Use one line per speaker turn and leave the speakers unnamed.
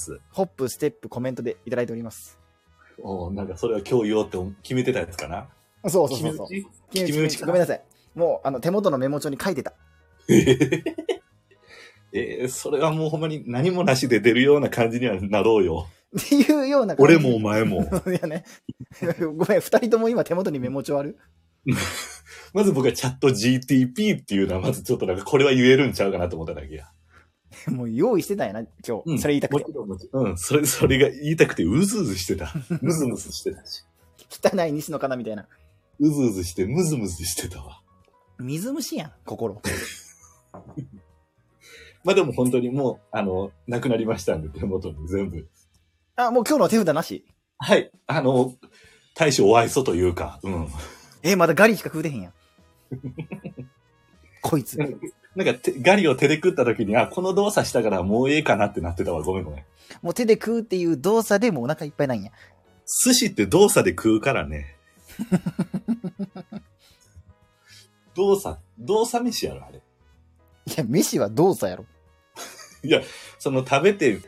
す。
ホップ、ステップ、コメントでいただいております。
おーなんかそれは今日言おうって決めてたやつかな。
そうそうそうそう。
決
決め打ち
決め打ちか
ごめんなさい。もう、あの、手元のメモ帳に書いてた。
め打ちえー、それはもうほんまに何もなしで出るような感じにはなろうよ。
っていうような感じ
俺もお前も。
いやね。ごめん、二人とも今手元にメモ帳ある
まず僕はチャット GTP っていうのはまずちょっとなんかこれは言えるんちゃうかなと思っただけや。
もう用意してたんやな、今
う
日。
ん
それ言いたく
も
て
ち。ろんもちろん。うん、それ、それが言いたくてうずうずし てた。むずむずしてたし。
汚い西野かなみたいな。
うずうずしてむずむずしてたわ。
水虫やん、心。
まあでも本当にもう、あの、なくなりましたんで、手元に全部。
あ、もう今日の手札なし。
はい。あの、大将お愛想というか、うん。
え、まだガリしか食うてへ んやん。こいつ。
なんかて、ガリを手で食った時に、あ、この動作したからもうええかなってなってたわ。ごめんごめん。
もう手で食うっていう動作でもうお腹いっぱいなんや。
寿司って動作で食うからね。動作、動作飯やろ、あれ。
いや、飯は動作やろ。
その食べて